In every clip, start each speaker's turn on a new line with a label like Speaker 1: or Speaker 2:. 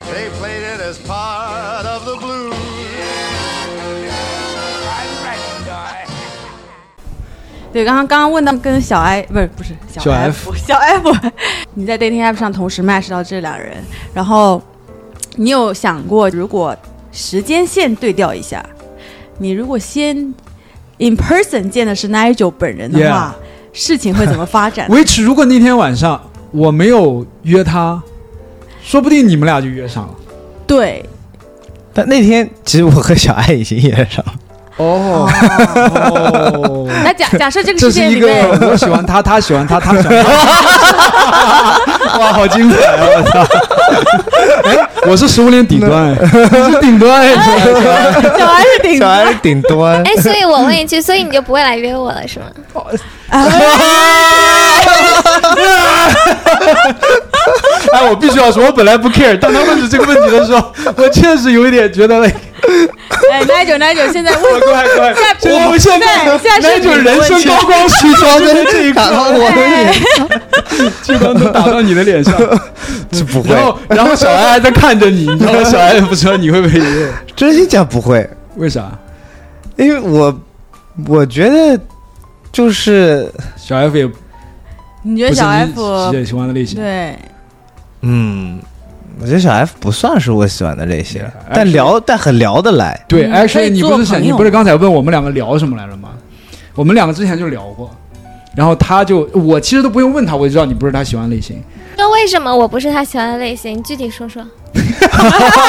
Speaker 1: They played it as part of the blues.
Speaker 2: 对，刚刚刚刚问到跟小 I 不是不是小
Speaker 3: 小
Speaker 2: F 小 F，你 在 dating app 上同时 match 到这两人，然后你有想过如果时间线对调一下，你如果先 in person 见的是 Nigel 本人的话事情会怎么发 展？
Speaker 3: which 如果那天晚上我没有约他，说不定你们俩就约上了。
Speaker 2: 对，
Speaker 4: 但那天其实我和小爱已经约上了，
Speaker 3: 哦，
Speaker 2: 那 假假设这个
Speaker 3: 这
Speaker 2: 事
Speaker 3: 是
Speaker 2: 件
Speaker 3: 一
Speaker 2: 里
Speaker 3: 个
Speaker 2: 面，
Speaker 3: 我喜欢他，他喜欢他，他喜欢他。哇，好精彩啊！我操！哎，我是食物链顶端，哎你是顶端。哎
Speaker 2: 小 I 是顶
Speaker 4: 小爱顶端。
Speaker 5: 哎，所以我问一句，所以你就不会来约我了是吗？
Speaker 3: 哎，我必须要说，我本来不 care，当他问起这个问题的时候，我确实有一点觉得嘞，
Speaker 2: 哎 Nigel Nigel 现在问
Speaker 3: 我快快，
Speaker 2: 在
Speaker 3: 我现在
Speaker 2: 现在
Speaker 3: 那
Speaker 2: 是
Speaker 3: 就
Speaker 2: 你
Speaker 3: 人
Speaker 2: 问
Speaker 3: 生
Speaker 2: 题
Speaker 3: 高光时刻，就是这一刻，聚光灯打到你的脸上，
Speaker 4: 这不会
Speaker 3: 然，后然后小艾还在看着你，你知道小艾也不知道你会不会也有
Speaker 4: 真心讲不会，
Speaker 3: 为啥？
Speaker 4: 因为我我觉得就是
Speaker 3: 小 F 也不
Speaker 2: 你觉
Speaker 3: 是
Speaker 2: 得小
Speaker 3: 你
Speaker 2: F
Speaker 3: 自己喜欢的类型，
Speaker 2: 对
Speaker 4: 嗯，我觉得小 F 不算是我喜欢的类型
Speaker 3: Yeah，
Speaker 4: 但聊但很聊得来。
Speaker 3: 对，
Speaker 2: 嗯
Speaker 3: 哎，所
Speaker 2: 可以
Speaker 3: 以你
Speaker 2: 做
Speaker 3: 不是想，
Speaker 2: 朋
Speaker 3: 你
Speaker 2: 友
Speaker 3: 不是刚才问我们两个聊什么来着吗？我们两个之前就聊过，然后他就我其实都不用问他，我就知道你不是他喜欢的类型。
Speaker 5: 那为什么我不是他喜欢的类型？你具体说说。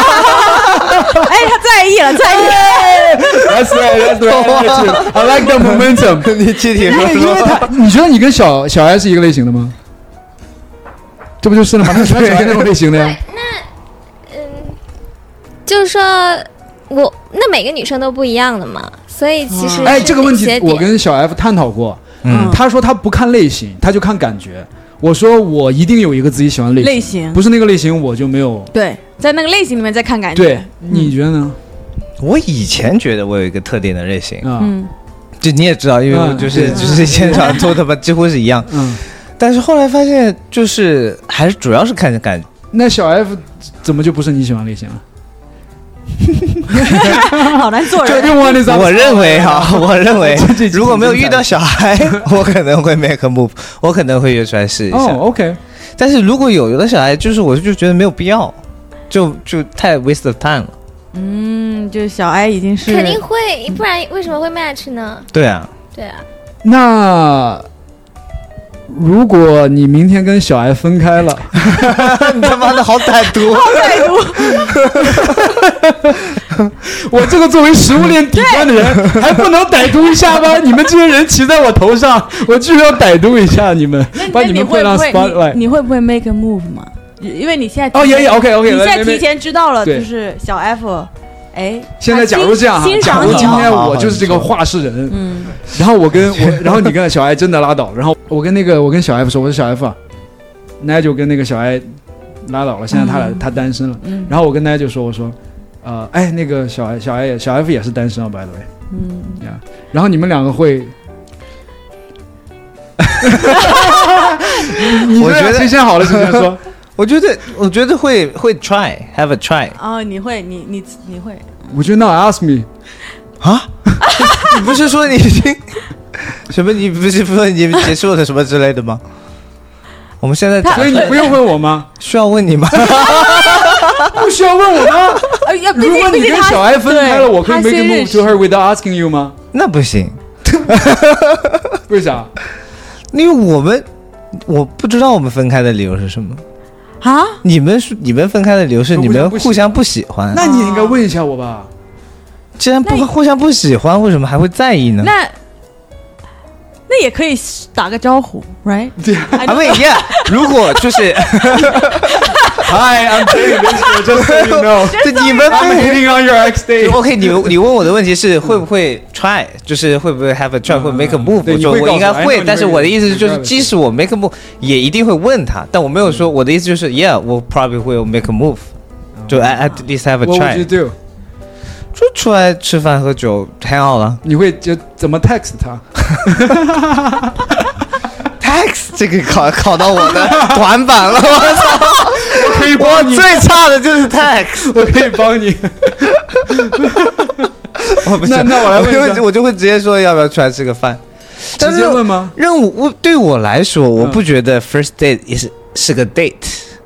Speaker 2: 哎他在意了在意了。
Speaker 3: 哎 That's right, that's right. I like the momentum.
Speaker 4: 你具体说
Speaker 3: 因为
Speaker 4: 说，
Speaker 3: 他，你觉得你跟小小 S 是一个类型的吗？这不就是了吗？他喜欢小 S 那种类型的呀。
Speaker 5: 就是说我那每个女生都不一样的嘛，所以其实
Speaker 3: 哎，
Speaker 5: 是
Speaker 3: 这个问
Speaker 5: 有
Speaker 3: 题
Speaker 5: 些
Speaker 3: 我
Speaker 5: 点
Speaker 3: 跟小 F 探讨过，
Speaker 2: 嗯
Speaker 3: 他说他不看类型，他就看感觉。我说我一定有一个自己喜欢的类
Speaker 2: 类
Speaker 3: 型，
Speaker 2: 型
Speaker 3: 不是那个类型我就没有。
Speaker 2: 对，在那个类型里面再看感觉。嗯
Speaker 3: 对，你觉得呢？
Speaker 4: 我以前觉得我有一个特定的类型，
Speaker 3: 啊，
Speaker 2: 嗯，
Speaker 4: 就你也知道，因为我
Speaker 3: 嗯
Speaker 4: 就是
Speaker 3: 对
Speaker 4: 就是现场都他妈几乎是一样，
Speaker 3: 嗯，
Speaker 4: 但是后来发现就是还是主要是看感，
Speaker 3: 那小 F 怎么就不是你喜欢 类型了？啊
Speaker 2: 好难做 人。
Speaker 3: 另外那张，
Speaker 4: 我认为 啊哈，我认为
Speaker 3: 这这
Speaker 4: 如果没有遇到
Speaker 3: 这
Speaker 4: 小孩，我可能会 make a move，我可能会约出来试一
Speaker 3: 哦
Speaker 4: 下。
Speaker 3: ，OK，
Speaker 4: 但是如果有有的小孩，就是我就觉得没有必要，就就太 waste of time 了。
Speaker 2: 嗯，就小 I 已经是
Speaker 5: 肯定会，不然为什么会 match 呢？
Speaker 4: 对啊，
Speaker 5: 对啊，
Speaker 3: 那如果你明天跟小 F 分 开了，
Speaker 4: 你他妈的好歹毒，
Speaker 2: 态度。
Speaker 3: 我这个作为食物链底端的人， 还不能歹毒一下 吗？你们这些人骑在我头上，我就是要歹毒一下你们，把
Speaker 2: 那
Speaker 3: 们
Speaker 2: 会
Speaker 3: 推到
Speaker 2: 不会
Speaker 3: spotlight。
Speaker 2: 你你会不会 make a move 嘛？因为你现在
Speaker 3: 哦，也也 OK
Speaker 2: 你
Speaker 3: OK，
Speaker 2: 现
Speaker 3: 来
Speaker 2: 在
Speaker 3: 来
Speaker 2: 提
Speaker 3: 来，
Speaker 2: 前知道了，
Speaker 3: 对
Speaker 2: 就是小 F，哎，
Speaker 3: 现在
Speaker 2: 他
Speaker 3: 假
Speaker 2: 欣
Speaker 3: 如这样哈
Speaker 2: 欣，
Speaker 3: 假
Speaker 2: 赏
Speaker 3: 如
Speaker 2: 你
Speaker 3: 今
Speaker 2: 了
Speaker 3: 天
Speaker 4: 好好好
Speaker 3: 我就是这个话事人，
Speaker 2: 嗯，
Speaker 3: 然后我 跟我，然后你跟小艾真的拉倒，然后我跟那个我跟小 F 说，我说小 F 啊，Nigel 跟那个小艾拉倒了，现在他俩、他单身了。
Speaker 2: 嗯
Speaker 3: 然后我跟 Nigel 说，我说，呃，哎，那个小艾小艾也小 F 也是单身啊，by the way。
Speaker 2: 嗯，
Speaker 3: 然后你们两个会， 你
Speaker 4: 我觉得
Speaker 3: 推荐好了，之前说，
Speaker 4: 我觉得我觉得会会 try have a try
Speaker 2: 哦，你会，你你你会，
Speaker 3: 我就 not ask me，
Speaker 4: 啊？ 你不是说你已经什么？你不是说你结束了什么之类的吗？我们现在
Speaker 3: 所以你不用问 我吗？
Speaker 4: 需要问你吗？
Speaker 3: 不需要问我吗？
Speaker 2: 哎呀，毕
Speaker 3: 如
Speaker 2: 竟
Speaker 3: 果
Speaker 2: 毕
Speaker 3: 你
Speaker 2: 竟
Speaker 3: 跟
Speaker 2: 他
Speaker 3: 小艾分开了，
Speaker 2: 对
Speaker 3: 我可以
Speaker 2: 他
Speaker 3: make a
Speaker 2: 先
Speaker 3: move
Speaker 2: 认识
Speaker 3: to her without asking you 吗？
Speaker 4: 那不行，
Speaker 3: 为
Speaker 2: 啊
Speaker 3: 啥？
Speaker 4: 因为我们我不知道我们分开的理由是什么。
Speaker 2: 啊，
Speaker 4: 你们是你们分开的理由是
Speaker 3: 都
Speaker 4: 你
Speaker 3: 互相
Speaker 4: 们
Speaker 3: 不喜
Speaker 4: 互相不喜欢。
Speaker 3: 那你应该问一下我吧。
Speaker 4: 既然
Speaker 2: 那
Speaker 4: 不互相不喜欢，为什么还会在意
Speaker 3: 嗯
Speaker 4: 呢？啊
Speaker 2: 那那也可以打个招呼，right？
Speaker 3: 对呀。
Speaker 2: I
Speaker 4: 啊
Speaker 2: know-
Speaker 4: 问一下，如果就是
Speaker 3: Hi, I'm Jerry Mitchell. Just so you know,
Speaker 4: 就你们
Speaker 3: I'm
Speaker 4: 分
Speaker 3: hitting on your ex date.
Speaker 4: OK，你你问我的问题是会不会 try，就是会不会 have a try，
Speaker 3: 嗯
Speaker 4: 会 make a
Speaker 3: 嗯
Speaker 4: move？
Speaker 3: 对
Speaker 4: 我说
Speaker 3: 你会告诉
Speaker 4: 我应该
Speaker 3: 我哎那你
Speaker 4: 会
Speaker 3: 会，
Speaker 4: 但是我的意思就
Speaker 3: 你
Speaker 4: 是，
Speaker 3: 会
Speaker 4: 即使我 make a move，也一定会问他，但我没有说我的意思就是，yeah，我 probably will make a move，就 I at least have a
Speaker 3: 啊 What would you
Speaker 4: try，
Speaker 3: do？
Speaker 4: 就出来吃饭喝酒 hang out 了。
Speaker 3: 你会就怎么 text 他？
Speaker 4: tax 这个考考到我的短板了，我操！
Speaker 3: 我可以
Speaker 4: 我
Speaker 3: 帮你，
Speaker 4: 最差的就是 tax。
Speaker 3: 我可以帮你。
Speaker 4: 哦，不是，
Speaker 3: 那那我来问一
Speaker 4: 就
Speaker 3: 下
Speaker 4: 会我就会直接说要不要出来吃个饭。但
Speaker 3: 直
Speaker 4: 是
Speaker 3: 接问吗？
Speaker 4: 任务我对我来说，我
Speaker 3: 嗯
Speaker 4: 不觉得 first date 也是是个 date，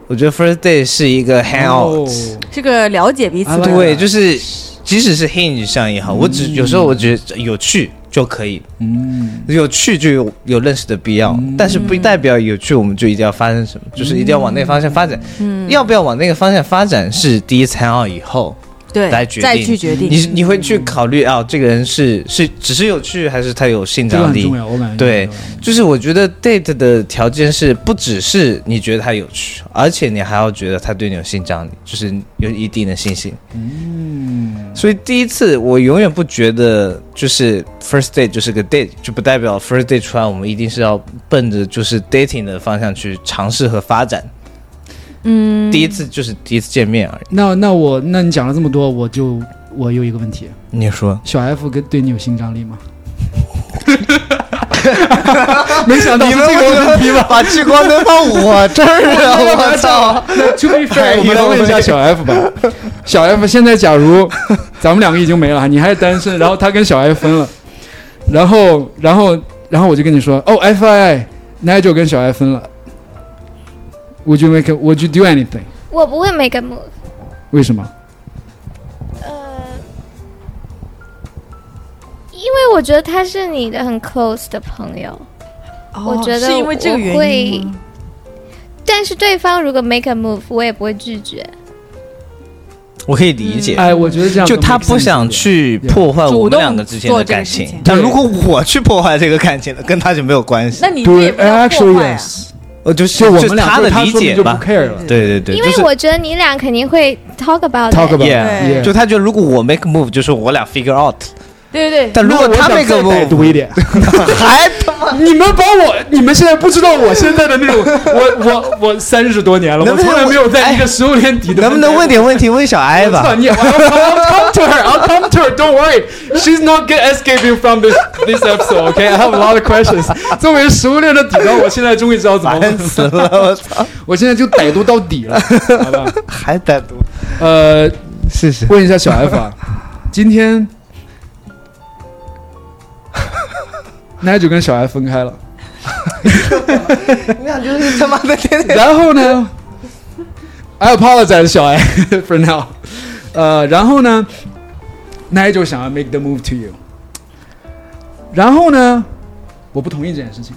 Speaker 4: 我觉得 first date 是一个 hang out。
Speaker 3: 哦
Speaker 2: 这个了解彼此
Speaker 3: 啊，
Speaker 4: 对，就是即使是 hinge 上也好，我
Speaker 2: 嗯
Speaker 4: 只有时候我觉得有趣就可以，
Speaker 3: 嗯，
Speaker 4: 有趣就有有认识的必要，
Speaker 2: 嗯
Speaker 4: 但是不代表有趣我们就一定要发生什么，就是一定要往那个方向发展。
Speaker 2: 嗯，
Speaker 4: 要不要往那个方向发展是第一次 hang out 以后
Speaker 2: 对，
Speaker 4: 来决定，
Speaker 2: 再去决定。
Speaker 4: 你你会去考虑啊，这个人是是只是有趣还是他有性
Speaker 3: 这个
Speaker 4: 张
Speaker 3: 很
Speaker 4: 力
Speaker 3: 重？要，我感觉
Speaker 4: 哎对，就是我觉得 date 的条件是不只是你觉得他有趣，而且你还要觉得他对你有性张力，就是有一定的信心。
Speaker 3: 嗯，
Speaker 4: 所以第一次我永远不觉得就是 first date 就是个 date，就不代表 first date 出来我们一定是要奔着就是 dating 的方向去尝试和发展。嗯，第一次就是第一次见面而已。
Speaker 3: 那那我那你讲了这么多，我就我有一个问题，
Speaker 4: 你说，
Speaker 3: 小 F 跟对你有性张力吗？ 没想到
Speaker 4: 啊你
Speaker 3: 是
Speaker 4: 们
Speaker 3: 这
Speaker 4: 为
Speaker 3: 个
Speaker 4: 什
Speaker 3: 问题
Speaker 4: 么把聚光灯放我这儿啊？我操！
Speaker 3: 那 to be fair，
Speaker 4: 哎
Speaker 3: 我们来问一下小 F 吧。小 F 现在假如咱们两个已经没了，你还是单身，然后他跟小 F 分了，然后然后然后我就跟你说，哦，F I I Nigel 跟小 F 分了，Would you make a, Would you do anything？
Speaker 5: 我不会 make a move。
Speaker 3: 为什么？
Speaker 5: 呃，因为我觉得他是你的很 close 的朋友，
Speaker 2: 哦
Speaker 5: 我觉得
Speaker 2: 是因为这个
Speaker 5: 我
Speaker 2: 原因
Speaker 5: 会
Speaker 2: 吗，
Speaker 5: 但是对方如果 make a move，我也不会拒绝。
Speaker 4: 我可以理解，
Speaker 3: 哎，我觉得这样
Speaker 4: 就
Speaker 3: 更
Speaker 4: 他
Speaker 3: make
Speaker 4: 不
Speaker 3: sense
Speaker 4: 想
Speaker 3: 一点
Speaker 4: 去破坏我
Speaker 2: 主
Speaker 4: 们
Speaker 2: 动
Speaker 4: 两个之间的
Speaker 2: 做这
Speaker 4: 感
Speaker 2: 个事
Speaker 4: 情
Speaker 2: 情，
Speaker 4: 但如果我去破坏这个感情了，跟他就没有关系。
Speaker 2: 那你这
Speaker 3: 对
Speaker 2: 也不能破
Speaker 3: ，actually
Speaker 2: 坏啊。
Speaker 3: yes，
Speaker 4: 我就
Speaker 3: 就我们俩
Speaker 4: 他的
Speaker 3: 对他
Speaker 4: 理
Speaker 3: 说明
Speaker 4: 解
Speaker 3: 就不
Speaker 4: 吧。
Speaker 3: care 了
Speaker 4: 对对对，
Speaker 5: 因
Speaker 4: 就是
Speaker 5: 为我觉得你俩肯定会 talk about
Speaker 3: ，talk
Speaker 5: it
Speaker 3: about，
Speaker 4: Yeah，
Speaker 2: 对
Speaker 3: yeah
Speaker 4: 就他觉得如果我 make move，就是我俩 figure out。
Speaker 2: 对对对，
Speaker 4: 但如果他
Speaker 3: 那我
Speaker 4: make
Speaker 3: 想再歹
Speaker 4: move，
Speaker 3: 毒一点，
Speaker 4: 还他妈
Speaker 3: 你们把我，你们现在不知道我现在的那种，我我我三十多年了，
Speaker 4: 能
Speaker 3: 我
Speaker 4: 不能哎
Speaker 3: 从来没有在一个食物链底的。
Speaker 4: 能不能问？点问题问小艾
Speaker 3: 我操
Speaker 4: 吧？
Speaker 3: 你！I'll I'll come to her. I'll come to her. Don't worry, she's not get escaping from this this episode. Okay, I have a lot of questions. 作为食物链的底端，我现在终于知道怎么
Speaker 4: 烦
Speaker 3: 问，
Speaker 4: 死了，我操，
Speaker 3: 我现在就歹毒到底了，好吧？
Speaker 4: 还单独，
Speaker 3: 呃，
Speaker 4: 谢谢。
Speaker 3: 问一下小 F，啊，今天 Nigel 跟小 F 分开了。
Speaker 4: 你俩就是他妈的天天
Speaker 3: 然后呢，I apologize 小 A for now，呃，然后呢，Nigel 想要 make the move to you，然后呢，我不同意这件事情。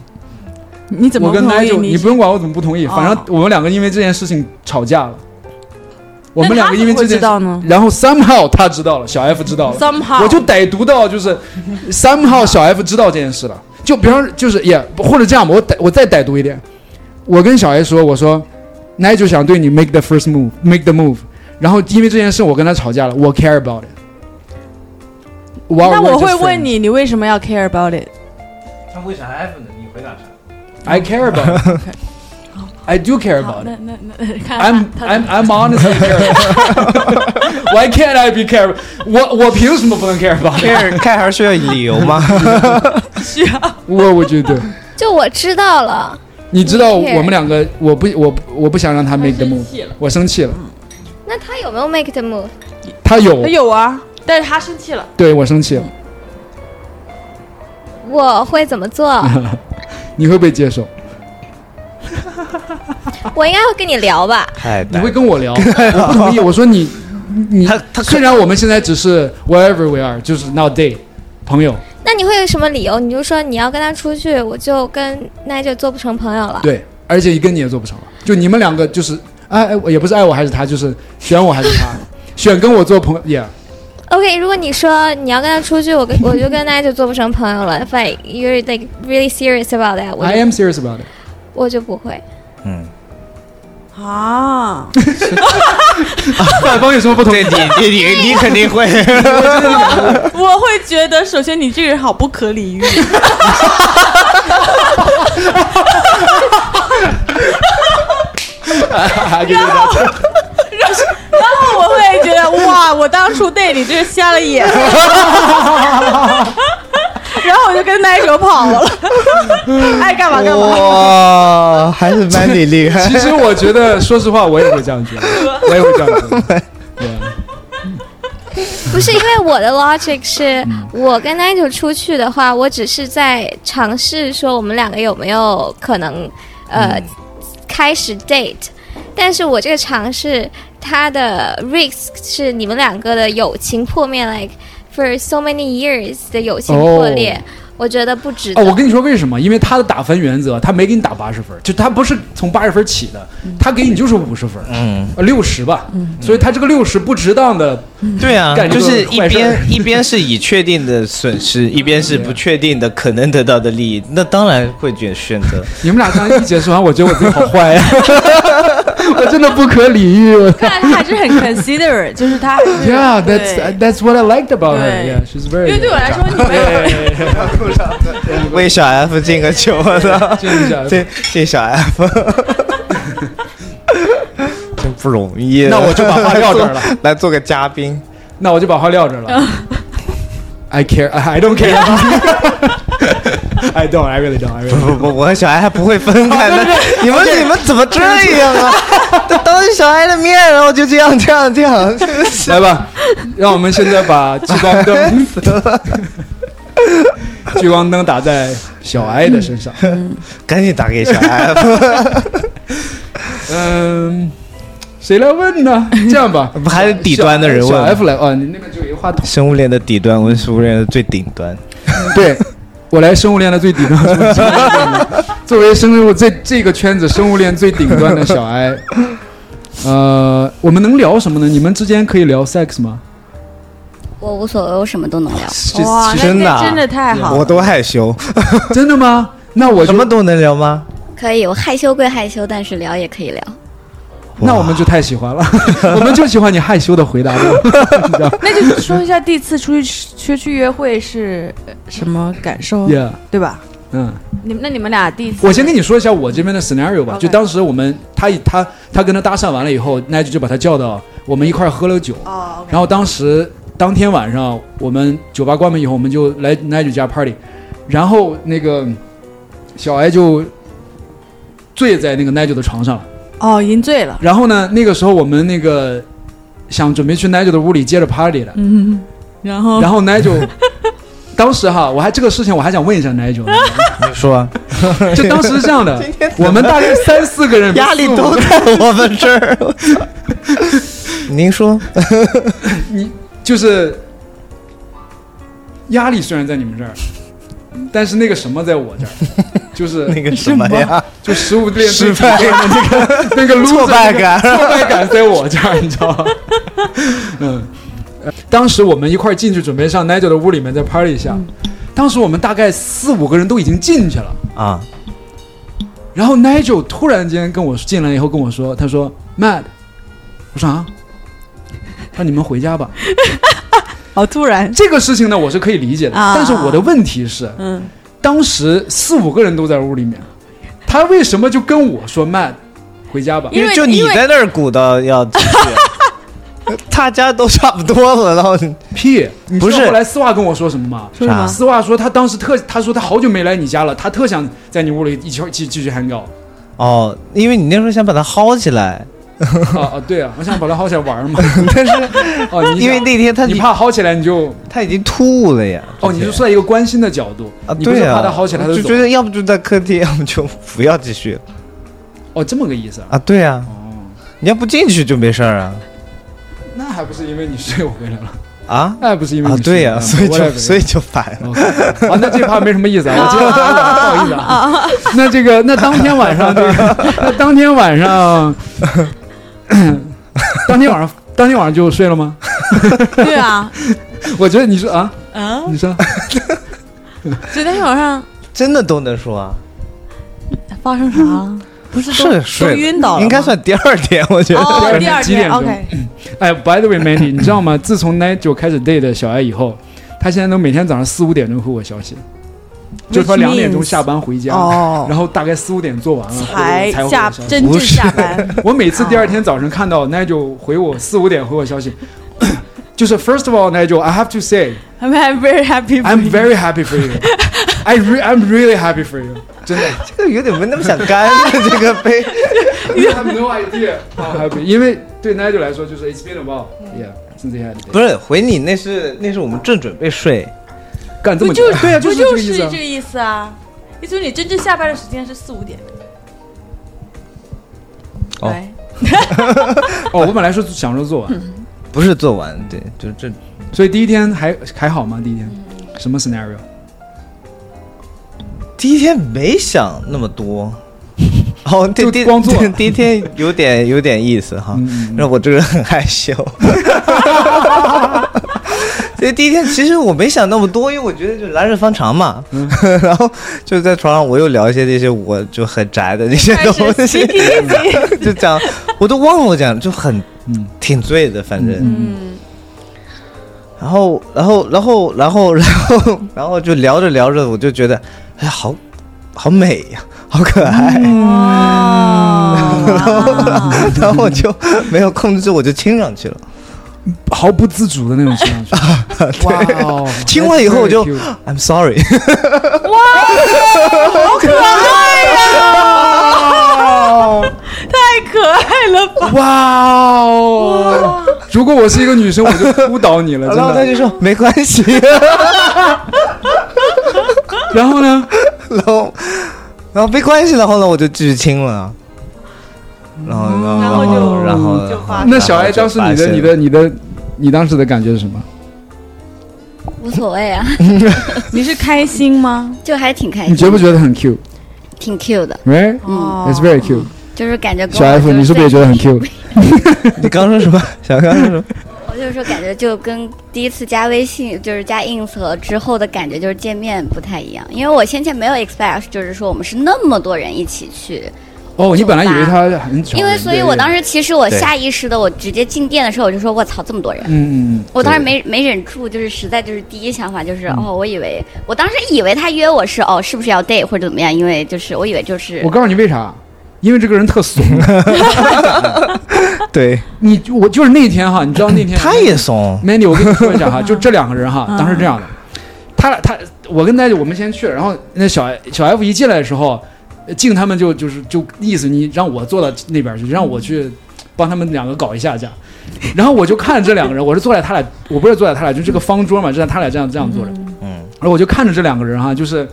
Speaker 2: 你怎么
Speaker 3: 我跟
Speaker 2: 同意
Speaker 3: Nigel，你不用管我怎么不同意，
Speaker 2: 哦
Speaker 3: 反正我们两个因为这件事情吵架了。我
Speaker 2: 那
Speaker 3: 们
Speaker 2: 他
Speaker 3: 两个因为
Speaker 2: 怎么会
Speaker 3: 这件
Speaker 2: 知
Speaker 3: 事，
Speaker 2: 道呢
Speaker 3: 然后 somehow 他知道了，小 F 知道了。
Speaker 2: somehow
Speaker 3: 我就歹毒到就是 somehow 小 F 知道这件事了，就比方就是也或者这样吧，我歹我再歹毒一点，我跟小 A 说，我说 Nigel 想对你 make the first move，make the move，然后因为这件事我跟他吵架了，我 care about it。
Speaker 2: 那
Speaker 3: While we're
Speaker 2: 我会
Speaker 3: just
Speaker 2: 问你，你为什么要 care about it？
Speaker 4: 他为啥 F 呢？你回答啥？
Speaker 3: friends，I care about it，I do care
Speaker 2: 好
Speaker 3: about，it。
Speaker 2: 那那那， 看来
Speaker 3: I'm
Speaker 2: 他
Speaker 3: I'm I'm honestly care. Why can't I be care? 我我凭什么不能 care about it?
Speaker 4: 开开还需要理由吗？
Speaker 2: 需要
Speaker 3: What would you do?
Speaker 5: 就我知道了，
Speaker 3: 你知道
Speaker 5: care
Speaker 3: 我们两个，我不我不我不想让他 make the move，我生气了。
Speaker 5: 那他有没有 make the move？
Speaker 3: 他有
Speaker 2: 他，有啊，但是他生气了。
Speaker 3: 对我生气了，
Speaker 5: 我会怎 么做？
Speaker 3: 你会不会接受？
Speaker 5: 我应该会跟你聊吧。
Speaker 4: 太
Speaker 3: 你
Speaker 4: 难
Speaker 3: 会。跟我聊？ 我不同意。我说你你
Speaker 4: 他他
Speaker 3: 虽然我们现在只是 wherever we are，就是 now day 朋友，
Speaker 5: 那你会有什么理由？你就说你要跟他出去，我就跟 Nigel 做不成朋友了。
Speaker 3: 对，而且跟你也做不成了，就你们两个就是爱爱我也不是爱我还是他，就是选我还是他，选跟我做朋友，yeah。
Speaker 5: OK，如果你说你要跟他出去，我跟我就跟 Nigel 做不成朋友了。If I you're like really serious about that，我
Speaker 3: I
Speaker 5: 就
Speaker 3: am serious about it。
Speaker 5: 我就不会。
Speaker 4: 嗯，
Speaker 2: 啊，
Speaker 3: 对方有什 么不同意
Speaker 4: 对？你你你你肯定 会。
Speaker 2: 我会觉得，首先你这个人好不可理 喻，然后我会 觉得哇，我当初对你这是瞎了眼。然后我就跟奶酒跑 了，爱干嘛干嘛。
Speaker 4: 哇，还是 Mandy 厉 害。
Speaker 3: 其实我觉得，说实话，我也会这样觉得， 我也会这样觉得。对，
Speaker 5: 不是因为 我的 logic 是
Speaker 3: 嗯
Speaker 5: 我跟 Nigel 出去的话，我只是在尝试说我们两个有没有可能呃、
Speaker 3: 嗯
Speaker 5: 开始 date，但是我这个尝试它的 risk 是你们两个的友情破灭，like for so many years 的友情破裂
Speaker 3: 哦
Speaker 5: 我觉得不值得。
Speaker 3: 哦，我跟你说为什么？因为他的打分原则，他没给你打八十分，就他不是从八十分起的，
Speaker 2: 嗯
Speaker 3: 他给你就是五十分，
Speaker 4: 嗯，
Speaker 3: 呃，六十吧。所以他这个六十不值当的，
Speaker 2: 嗯
Speaker 4: 对啊，
Speaker 3: 干这
Speaker 4: 就
Speaker 3: 个
Speaker 4: 是一
Speaker 3: 坏事
Speaker 4: 边
Speaker 3: 儿
Speaker 4: 一边是已确定的损失，一边是不确定的可能得到的利益，那当然会选选择。
Speaker 3: 你们俩刚刚一结束完，我觉得我自己好 坏呀、我真的不可理喻。
Speaker 2: 但他还是很 consider，就是他还是
Speaker 3: Yeah,
Speaker 2: 对
Speaker 3: that's that's what I liked about her.
Speaker 2: 对
Speaker 3: Yeah, she's very.
Speaker 2: 因为对我来说，你们
Speaker 4: 为小 F 进个球，我操！
Speaker 3: 进小 F
Speaker 4: 进进小 F，真不容易。啊
Speaker 3: 那我就把话撂这儿了，
Speaker 4: 来做个嘉宾。
Speaker 3: 那我就把话撂这儿了。I care, I don't care. I don't, I really don't, I really.
Speaker 4: 不
Speaker 3: don't.
Speaker 4: 不不，我和小爱还不会分 开的。你们你们怎么这样啊？这当着小爱的面，然后就这样这样这样， 真的是
Speaker 3: 来吧，让我们现在把聚光 灯，聚光灯打在小艾的身上。
Speaker 4: 赶紧打给小爱吧。
Speaker 3: 嗯，谁来问呢？这样 吧，
Speaker 4: 还是底端的人问
Speaker 3: 小 F 来哦，你那边就有一个话筒。
Speaker 4: 生物链的底端，我是生物链的最顶端。
Speaker 3: 对，我来生物链的最顶端生物链最顶端。 作为生物这这个圈子生物链最顶端的小 I，呃，我们能聊什么呢？你们之间可以聊 sex 吗？
Speaker 6: 我无所谓，我什么都能聊。
Speaker 3: 是
Speaker 2: 哇，那
Speaker 4: 真的啊
Speaker 2: 真的太好了。
Speaker 4: 都害羞，
Speaker 3: 真的吗？那我
Speaker 4: 什
Speaker 3: 就
Speaker 4: 么都能聊吗？
Speaker 6: 可以，我害羞归害羞，但是聊也可以聊。
Speaker 3: 那我们就太喜欢 了，我们就喜欢你害羞的回答我。 你知道
Speaker 2: 那就说一下第一次出去出去约会是呃什么感受，
Speaker 3: ？Yeah，
Speaker 2: 对吧？
Speaker 3: 嗯。
Speaker 2: 你们那你们俩第一次，
Speaker 3: 我先跟你说一下我这边的 scenario 吧
Speaker 2: OK
Speaker 3: 就当时我们他以他他跟他搭讪完了以后，奈就就把他叫到我们一块儿喝了酒，
Speaker 2: 哦，OK，
Speaker 3: 然后当时当天晚上我们酒吧关门以后，我们就来奈酒家 party，然后那个小艾就醉在那个奈酒的床上了，
Speaker 2: 哦，淫醉了，
Speaker 3: 然后呢，那个时候我们那个想准备去奈酒的屋里接着 party 了，
Speaker 2: 嗯，然后
Speaker 4: 哦
Speaker 3: 然后奈酒。 当时哈，我还这个事情我还想问一下奈 酒，
Speaker 4: 你 说啊，
Speaker 3: 就当时是这样的，我们大概三四个人，
Speaker 4: 压力
Speaker 3: 四五个
Speaker 4: 都在我们这儿。我操您说，
Speaker 3: 就是压力虽然在你们 这儿，但是那个什么在我这儿，就是
Speaker 4: 那个什么 呀？
Speaker 3: 就食物链
Speaker 4: 失败
Speaker 3: 的那个那个 loser
Speaker 4: 挫
Speaker 3: 那
Speaker 4: 败
Speaker 3: 个
Speaker 4: 感
Speaker 3: 挫败感在我这儿，你知道吗？嗯，呃当时我们一块儿进去准备上 Nigel 的屋里面再 party 一下，
Speaker 4: 嗯
Speaker 3: 当时我们大概四五个人都已经进去了，
Speaker 4: 啊，
Speaker 3: 然后 Nigel 突然间跟我说进来以后跟我说，他说 Mad，我说啊，他说你们回家吧。
Speaker 2: 好哦突然，
Speaker 3: 这个事情呢，我是可以理解的，
Speaker 2: 啊
Speaker 3: 但是我的问题是，
Speaker 2: 嗯，
Speaker 3: 当时四五个人都在屋里面，他为什么就跟我说慢，回家吧？
Speaker 2: 因为
Speaker 4: 就你在那儿鼓捣要进去， 大家都差不多了，然后 你
Speaker 3: 屁！你知道
Speaker 4: 不是
Speaker 3: 后来丝袜跟我说什么吗？
Speaker 2: 说什么
Speaker 4: 啥？
Speaker 3: 丝袜说他当时特，他说他好久没来你家了，他特想在你屋里一起继继续 hang out。
Speaker 4: 哦，因为你那时候想把它薅起来，
Speaker 3: 啊啊，对啊，我想把他薅起来 玩嘛。
Speaker 4: 但是
Speaker 3: 哦，你想
Speaker 4: 因为那天他
Speaker 3: 你怕薅起来你就
Speaker 4: 他已经突兀了呀。
Speaker 3: 哦，你
Speaker 4: 就是
Speaker 3: 在一个关心的角度，
Speaker 4: 啊，
Speaker 3: 你不是
Speaker 4: 对啊，
Speaker 3: 怕他薅起来他
Speaker 4: 就
Speaker 3: 就走
Speaker 4: 觉得要不就在客厅，要不就不要继续
Speaker 3: 哦，这么个意思啊？
Speaker 4: 啊。对啊，
Speaker 3: 哦，
Speaker 4: 你要不进去就没事儿啊
Speaker 3: 那还不是因为你睡我回来了？
Speaker 4: 啊
Speaker 3: 那还不是因为
Speaker 4: 啊
Speaker 3: 你，睡
Speaker 4: 对呀、
Speaker 3: 我
Speaker 4: 所以
Speaker 3: 回来了
Speaker 4: 就所以就烦。
Speaker 3: OK，啊，那这趴没什么意思啊，我接着说吧，不
Speaker 2: 哦
Speaker 3: 好意思啊。那这个，那当天晚上，这个，那当天晚上，当天晚上，当天晚上就睡了吗？
Speaker 2: 对啊，
Speaker 3: 我觉得你说啊，
Speaker 2: 嗯，
Speaker 3: 你说
Speaker 2: 昨天晚上
Speaker 4: 真的都能说啊，
Speaker 2: 发生啥了？不是都
Speaker 4: 是睡
Speaker 2: 都晕倒了吗，
Speaker 4: 应该算第二天，我觉得。
Speaker 2: 哦，第
Speaker 3: 第二
Speaker 2: 二
Speaker 3: 天几
Speaker 2: 天
Speaker 3: 点钟
Speaker 2: OK，
Speaker 3: 哎，By the way，Mandy，你知道吗？自从 Nigel 开始 date 小艾以后，他现在都每天早上四五点钟回我消息，就是说
Speaker 2: Which
Speaker 3: 两点钟
Speaker 2: means-
Speaker 3: 下班回家，
Speaker 2: 哦
Speaker 3: 然后大概四五点做完了
Speaker 2: 才
Speaker 3: 回才回我
Speaker 2: 下
Speaker 3: 消息。
Speaker 2: 真正下班，
Speaker 3: 我每次第二天早晨看到 Nigel 回我四五点回我消息， 就是 first of all Nigel I have to say
Speaker 2: I'm I'm very happy. for
Speaker 3: I'm
Speaker 2: you.
Speaker 3: very happy for you I re I'm really happy for you 真的
Speaker 4: 这个有点没那么想干这个杯。
Speaker 3: You have no idea how happy 因为对 Nigel 来说就是 It's been a while yeah since he had it
Speaker 4: 不是回你，那是那是我们正准备睡，
Speaker 3: 干这
Speaker 2: 不
Speaker 3: 么久
Speaker 2: 就
Speaker 3: 对啊
Speaker 2: 不
Speaker 3: 是这
Speaker 2: 就
Speaker 3: 个意
Speaker 2: 是
Speaker 3: 思啊
Speaker 2: 这个意思啊？意思是你真正下班的时间是四五点。
Speaker 4: 哦
Speaker 2: 对，
Speaker 3: 哦我本来是想说做完
Speaker 4: 不是做完，对，就这
Speaker 3: 所以第一天还还好吗第一天什么 scenario
Speaker 4: 第一天没想那 么多。哦，第
Speaker 3: 就
Speaker 4: 第
Speaker 3: 光做
Speaker 4: 第一天 有点有点意思哈
Speaker 3: 嗯嗯嗯，
Speaker 4: 让我这个人很害 羞。所以第一天其实我没想那么多，因为我觉得就来日方长嘛。
Speaker 3: 嗯
Speaker 4: 然后就在床上，我又聊一些这些我就很宅的那些
Speaker 2: 开
Speaker 4: 东
Speaker 2: 始
Speaker 4: 西
Speaker 2: 习，题集。
Speaker 4: 就讲我都忘了我讲，就很
Speaker 3: 嗯
Speaker 4: 挺醉的，反正。
Speaker 2: 嗯，
Speaker 4: 然后，然后，然后，然后，然后，然后就聊着聊着，我就觉得，哎呀，好好美呀、好可爱。
Speaker 2: 哦，哇
Speaker 4: 然后我就没有控制住，我就亲上去了。
Speaker 3: 毫不自主的那种亲上去 哇哦
Speaker 4: 亲完以后我就
Speaker 3: That's very cute
Speaker 4: I'm sorry，啊
Speaker 2: 太可爱了吧！
Speaker 3: 哇哦！如果我是一个女生，我就扑倒你了，真
Speaker 4: 然后他就
Speaker 3: 的。
Speaker 4: 说没关系。
Speaker 3: 然后呢？
Speaker 4: 然后，然后没关系，然后呢，我就继续亲了。然后，然
Speaker 2: 然
Speaker 4: 后，
Speaker 2: 后
Speaker 4: 然后，
Speaker 2: 就
Speaker 4: 然后
Speaker 2: 就发
Speaker 3: 那小艾当时你的、你的、，你的、你当时的感觉是什么？
Speaker 6: 无所谓啊，
Speaker 2: 你是开心吗？
Speaker 6: 就还挺开
Speaker 3: 你
Speaker 6: 心，
Speaker 3: 觉不觉得很 cute？Right?
Speaker 6: 挺 Q 的，
Speaker 2: 哦
Speaker 3: 嗯 It's very cute。
Speaker 6: 就是感觉跟
Speaker 3: 小
Speaker 6: 我
Speaker 3: F，
Speaker 6: 就是
Speaker 3: 你是不是也觉得很 cute？
Speaker 4: 你刚说什么？小刚说什么？
Speaker 6: 我就是说感觉就跟第一次加微信，就是加 ins 和之后的感觉就是见面不太一样，因为我先前没有 expect 就是说我们是那么多人一起去
Speaker 3: 哦，你本来以为他很丑，
Speaker 6: 因为，所以我当
Speaker 3: 时，
Speaker 6: 时其实我
Speaker 4: 对
Speaker 6: 下意识的，我直接进店的时候，我就说：“我操，这么多人
Speaker 3: 嗯嗯！”
Speaker 6: 我当时没没忍住，就是实在就是第一想法就是、哦，我以为我当时以为他约我是哦，是不是要 date 或者怎么样？因为就是我以为就
Speaker 3: 嗯，
Speaker 6: 是
Speaker 3: 我告诉你为啥？因为这个人特怂。
Speaker 4: 对，
Speaker 3: 你我就是那天哈，你知道那天
Speaker 4: 他也怂。
Speaker 3: Mandy，我跟你说一下哈，就这两个人哈，当时这样的，他俩他我跟大姐我们先去了，然后那小 F- 小 F 一进来的时候，呃静他们就就是就意思你让我坐到那边去，让我去帮他们两个搞一下架，然后我就看着这两个人，我是坐在他俩，我不是坐在他俩，就这个方桌嘛，就在他俩这样这样坐着，
Speaker 4: 嗯，
Speaker 3: 然后我就看着这两个人哈，就是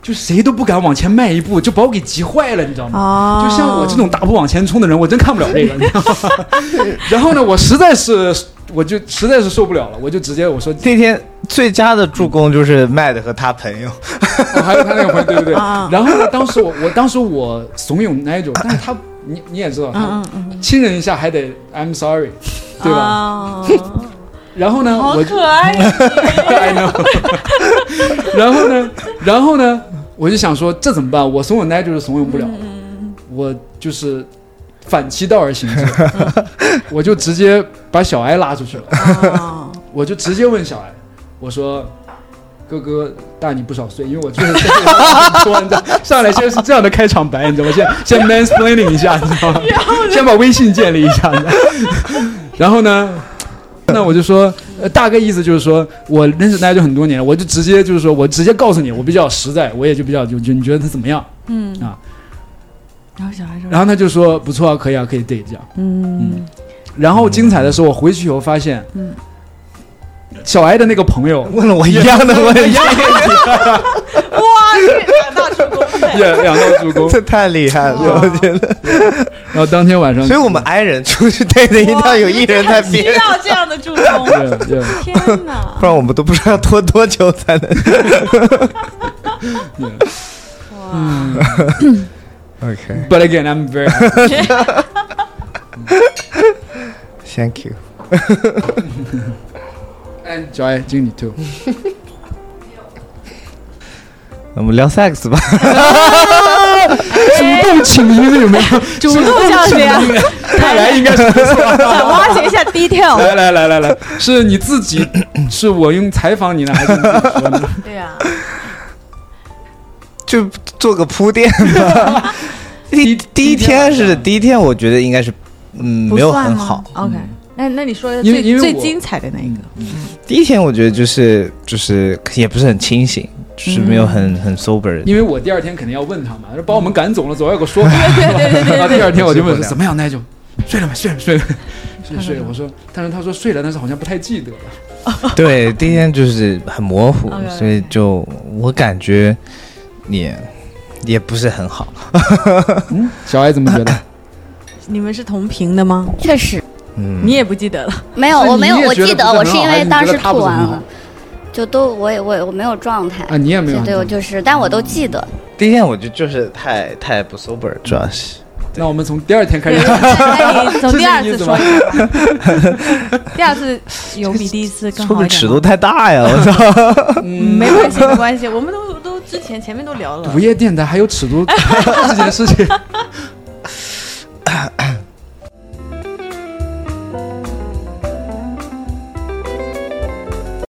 Speaker 3: 就谁都不敢往前迈一步，就把我给急坏了，你知道吗？
Speaker 2: 哦，
Speaker 3: 就像我这种大步往前冲的人，我真看不了这个，你知道吗？然后呢，我实在是，我就实在是受不了了，我就直接我说，
Speaker 4: 那天最佳的助攻就是麦的和他朋友，
Speaker 3: 我还有他那个朋友，对不对？
Speaker 2: 啊
Speaker 3: 然后呢，当时我我当时我怂恿 Nigel，但是他你你也知道，他
Speaker 2: 嗯嗯嗯，
Speaker 3: 亲人一下还得 I'm sorry，对吧？
Speaker 2: 吧？
Speaker 3: 然后呢，
Speaker 2: 哦好
Speaker 3: 我就
Speaker 2: 可爱呀，
Speaker 3: I know，然后呢，然后呢，我就想说这怎么办？我怂恿 Nigel 是怂恿不了，我就是反其道而行之，我就直接把小艾拉出去了。
Speaker 2: 哦
Speaker 3: 我就直接问小艾，我说：“哥哥大你不少岁，因为我确实说你知道，上来先是这样的开场白，你知道吗？先先 mansplaining 一下，你知道吗？先把微信建立一下，你知道吗然后呢， 那我就说，呃，大概意思就是说我认识大家就很多年了，我就直接就是说我直接告诉你，我比较实在，我也就比较就就你觉得他怎么样？
Speaker 2: 嗯
Speaker 3: 啊。
Speaker 2: 然后小孩说
Speaker 3: 然，后他就说不错啊，可以啊，可以 date 这样。
Speaker 2: 嗯，
Speaker 3: 然后精彩的是，我回去以后发现，
Speaker 2: 嗯
Speaker 3: 小艾的那个朋友
Speaker 4: 问了我一样的问题，
Speaker 2: 哇，这两大出国 费，
Speaker 3: 也两道助 攻。
Speaker 4: 这太厉害了，
Speaker 2: 哇
Speaker 4: 我觉得。
Speaker 3: 然后当天晚上，
Speaker 4: 所以我们 I 人 出去 date 一定要有一人 在
Speaker 2: 需
Speaker 4: 边，
Speaker 2: 要这样的助攻，
Speaker 3: 对对，
Speaker 2: 天哪
Speaker 4: 不！然我们都不知道要拖多久才能。
Speaker 2: 哇，
Speaker 4: OK，Thank、
Speaker 3: But again, I'm very happy.
Speaker 4: you。
Speaker 3: and joy 经理 too。
Speaker 4: 我们聊 sex 吧，
Speaker 3: 主动请缨有没有？
Speaker 2: 主动教学，
Speaker 3: 看 来应该是不错。
Speaker 2: 想挖掘一下 detail。
Speaker 3: 来来来来来，是你自己， 是我用采访你呢，还是你自己说呢？
Speaker 2: 对啊，
Speaker 4: 就做个铺垫吧。第
Speaker 3: 第
Speaker 4: 第一
Speaker 3: 第一天晚
Speaker 4: 天
Speaker 3: 上
Speaker 4: 是第一天，我觉得应该是嗯
Speaker 2: 不
Speaker 4: 没有
Speaker 2: 算
Speaker 4: 很
Speaker 2: 吗
Speaker 4: 好，
Speaker 2: OK，那那你说的
Speaker 3: 嗯因为因
Speaker 2: 最
Speaker 3: 为
Speaker 2: 最
Speaker 3: 我
Speaker 2: 精彩的那一个，
Speaker 4: 第一天我觉得就是就是也不是很清醒，就是没有很很 sober。
Speaker 3: 因为我第二天肯定要问他嘛，把我们赶走了，总要有个说法。 然嗯后第二天我就问说怎么样，奈就睡了没？睡了没睡了 没睡了睡了。我 说，但是他说睡了，但是好像不太记得了。
Speaker 4: 对，第一天就是很模 糊
Speaker 2: OK，OK，
Speaker 4: 所以就我感觉也也不是很好。
Speaker 3: 小艾怎么觉 得？
Speaker 2: 你们是同频的吗？
Speaker 6: 确实
Speaker 4: 嗯，
Speaker 2: 你也不记得了，
Speaker 6: 没有，
Speaker 3: 所以
Speaker 6: 我
Speaker 3: 你
Speaker 6: 没有，
Speaker 3: 也
Speaker 6: 我
Speaker 3: 觉得
Speaker 6: 记
Speaker 3: 不
Speaker 6: 得
Speaker 3: 是
Speaker 6: 我
Speaker 3: 很
Speaker 6: 是因
Speaker 3: 好哎
Speaker 6: 为
Speaker 3: 你
Speaker 6: 当
Speaker 3: 觉得
Speaker 6: 时
Speaker 3: 他不
Speaker 6: 吐
Speaker 3: 怎么
Speaker 6: 完
Speaker 3: 好
Speaker 6: 了，就都我也我也我没有状态
Speaker 3: 啊，，你也没有
Speaker 6: 对，我
Speaker 3: 很记
Speaker 6: 就是，但我都记得，
Speaker 4: 第一天我就就是太太不 sober，主要是
Speaker 3: 得。那我们从第二天开始，
Speaker 2: 那哎你从第二次
Speaker 3: 这是
Speaker 2: 说一下吧，第二次有比第一次更
Speaker 4: 说
Speaker 2: 好
Speaker 4: 的
Speaker 2: 一点
Speaker 4: 尺
Speaker 2: 吗
Speaker 4: 度太大呀！我操，
Speaker 2: 没关系，没 关系，我们都都之前前面都聊了
Speaker 3: 午。夜电台还有尺度这件事情，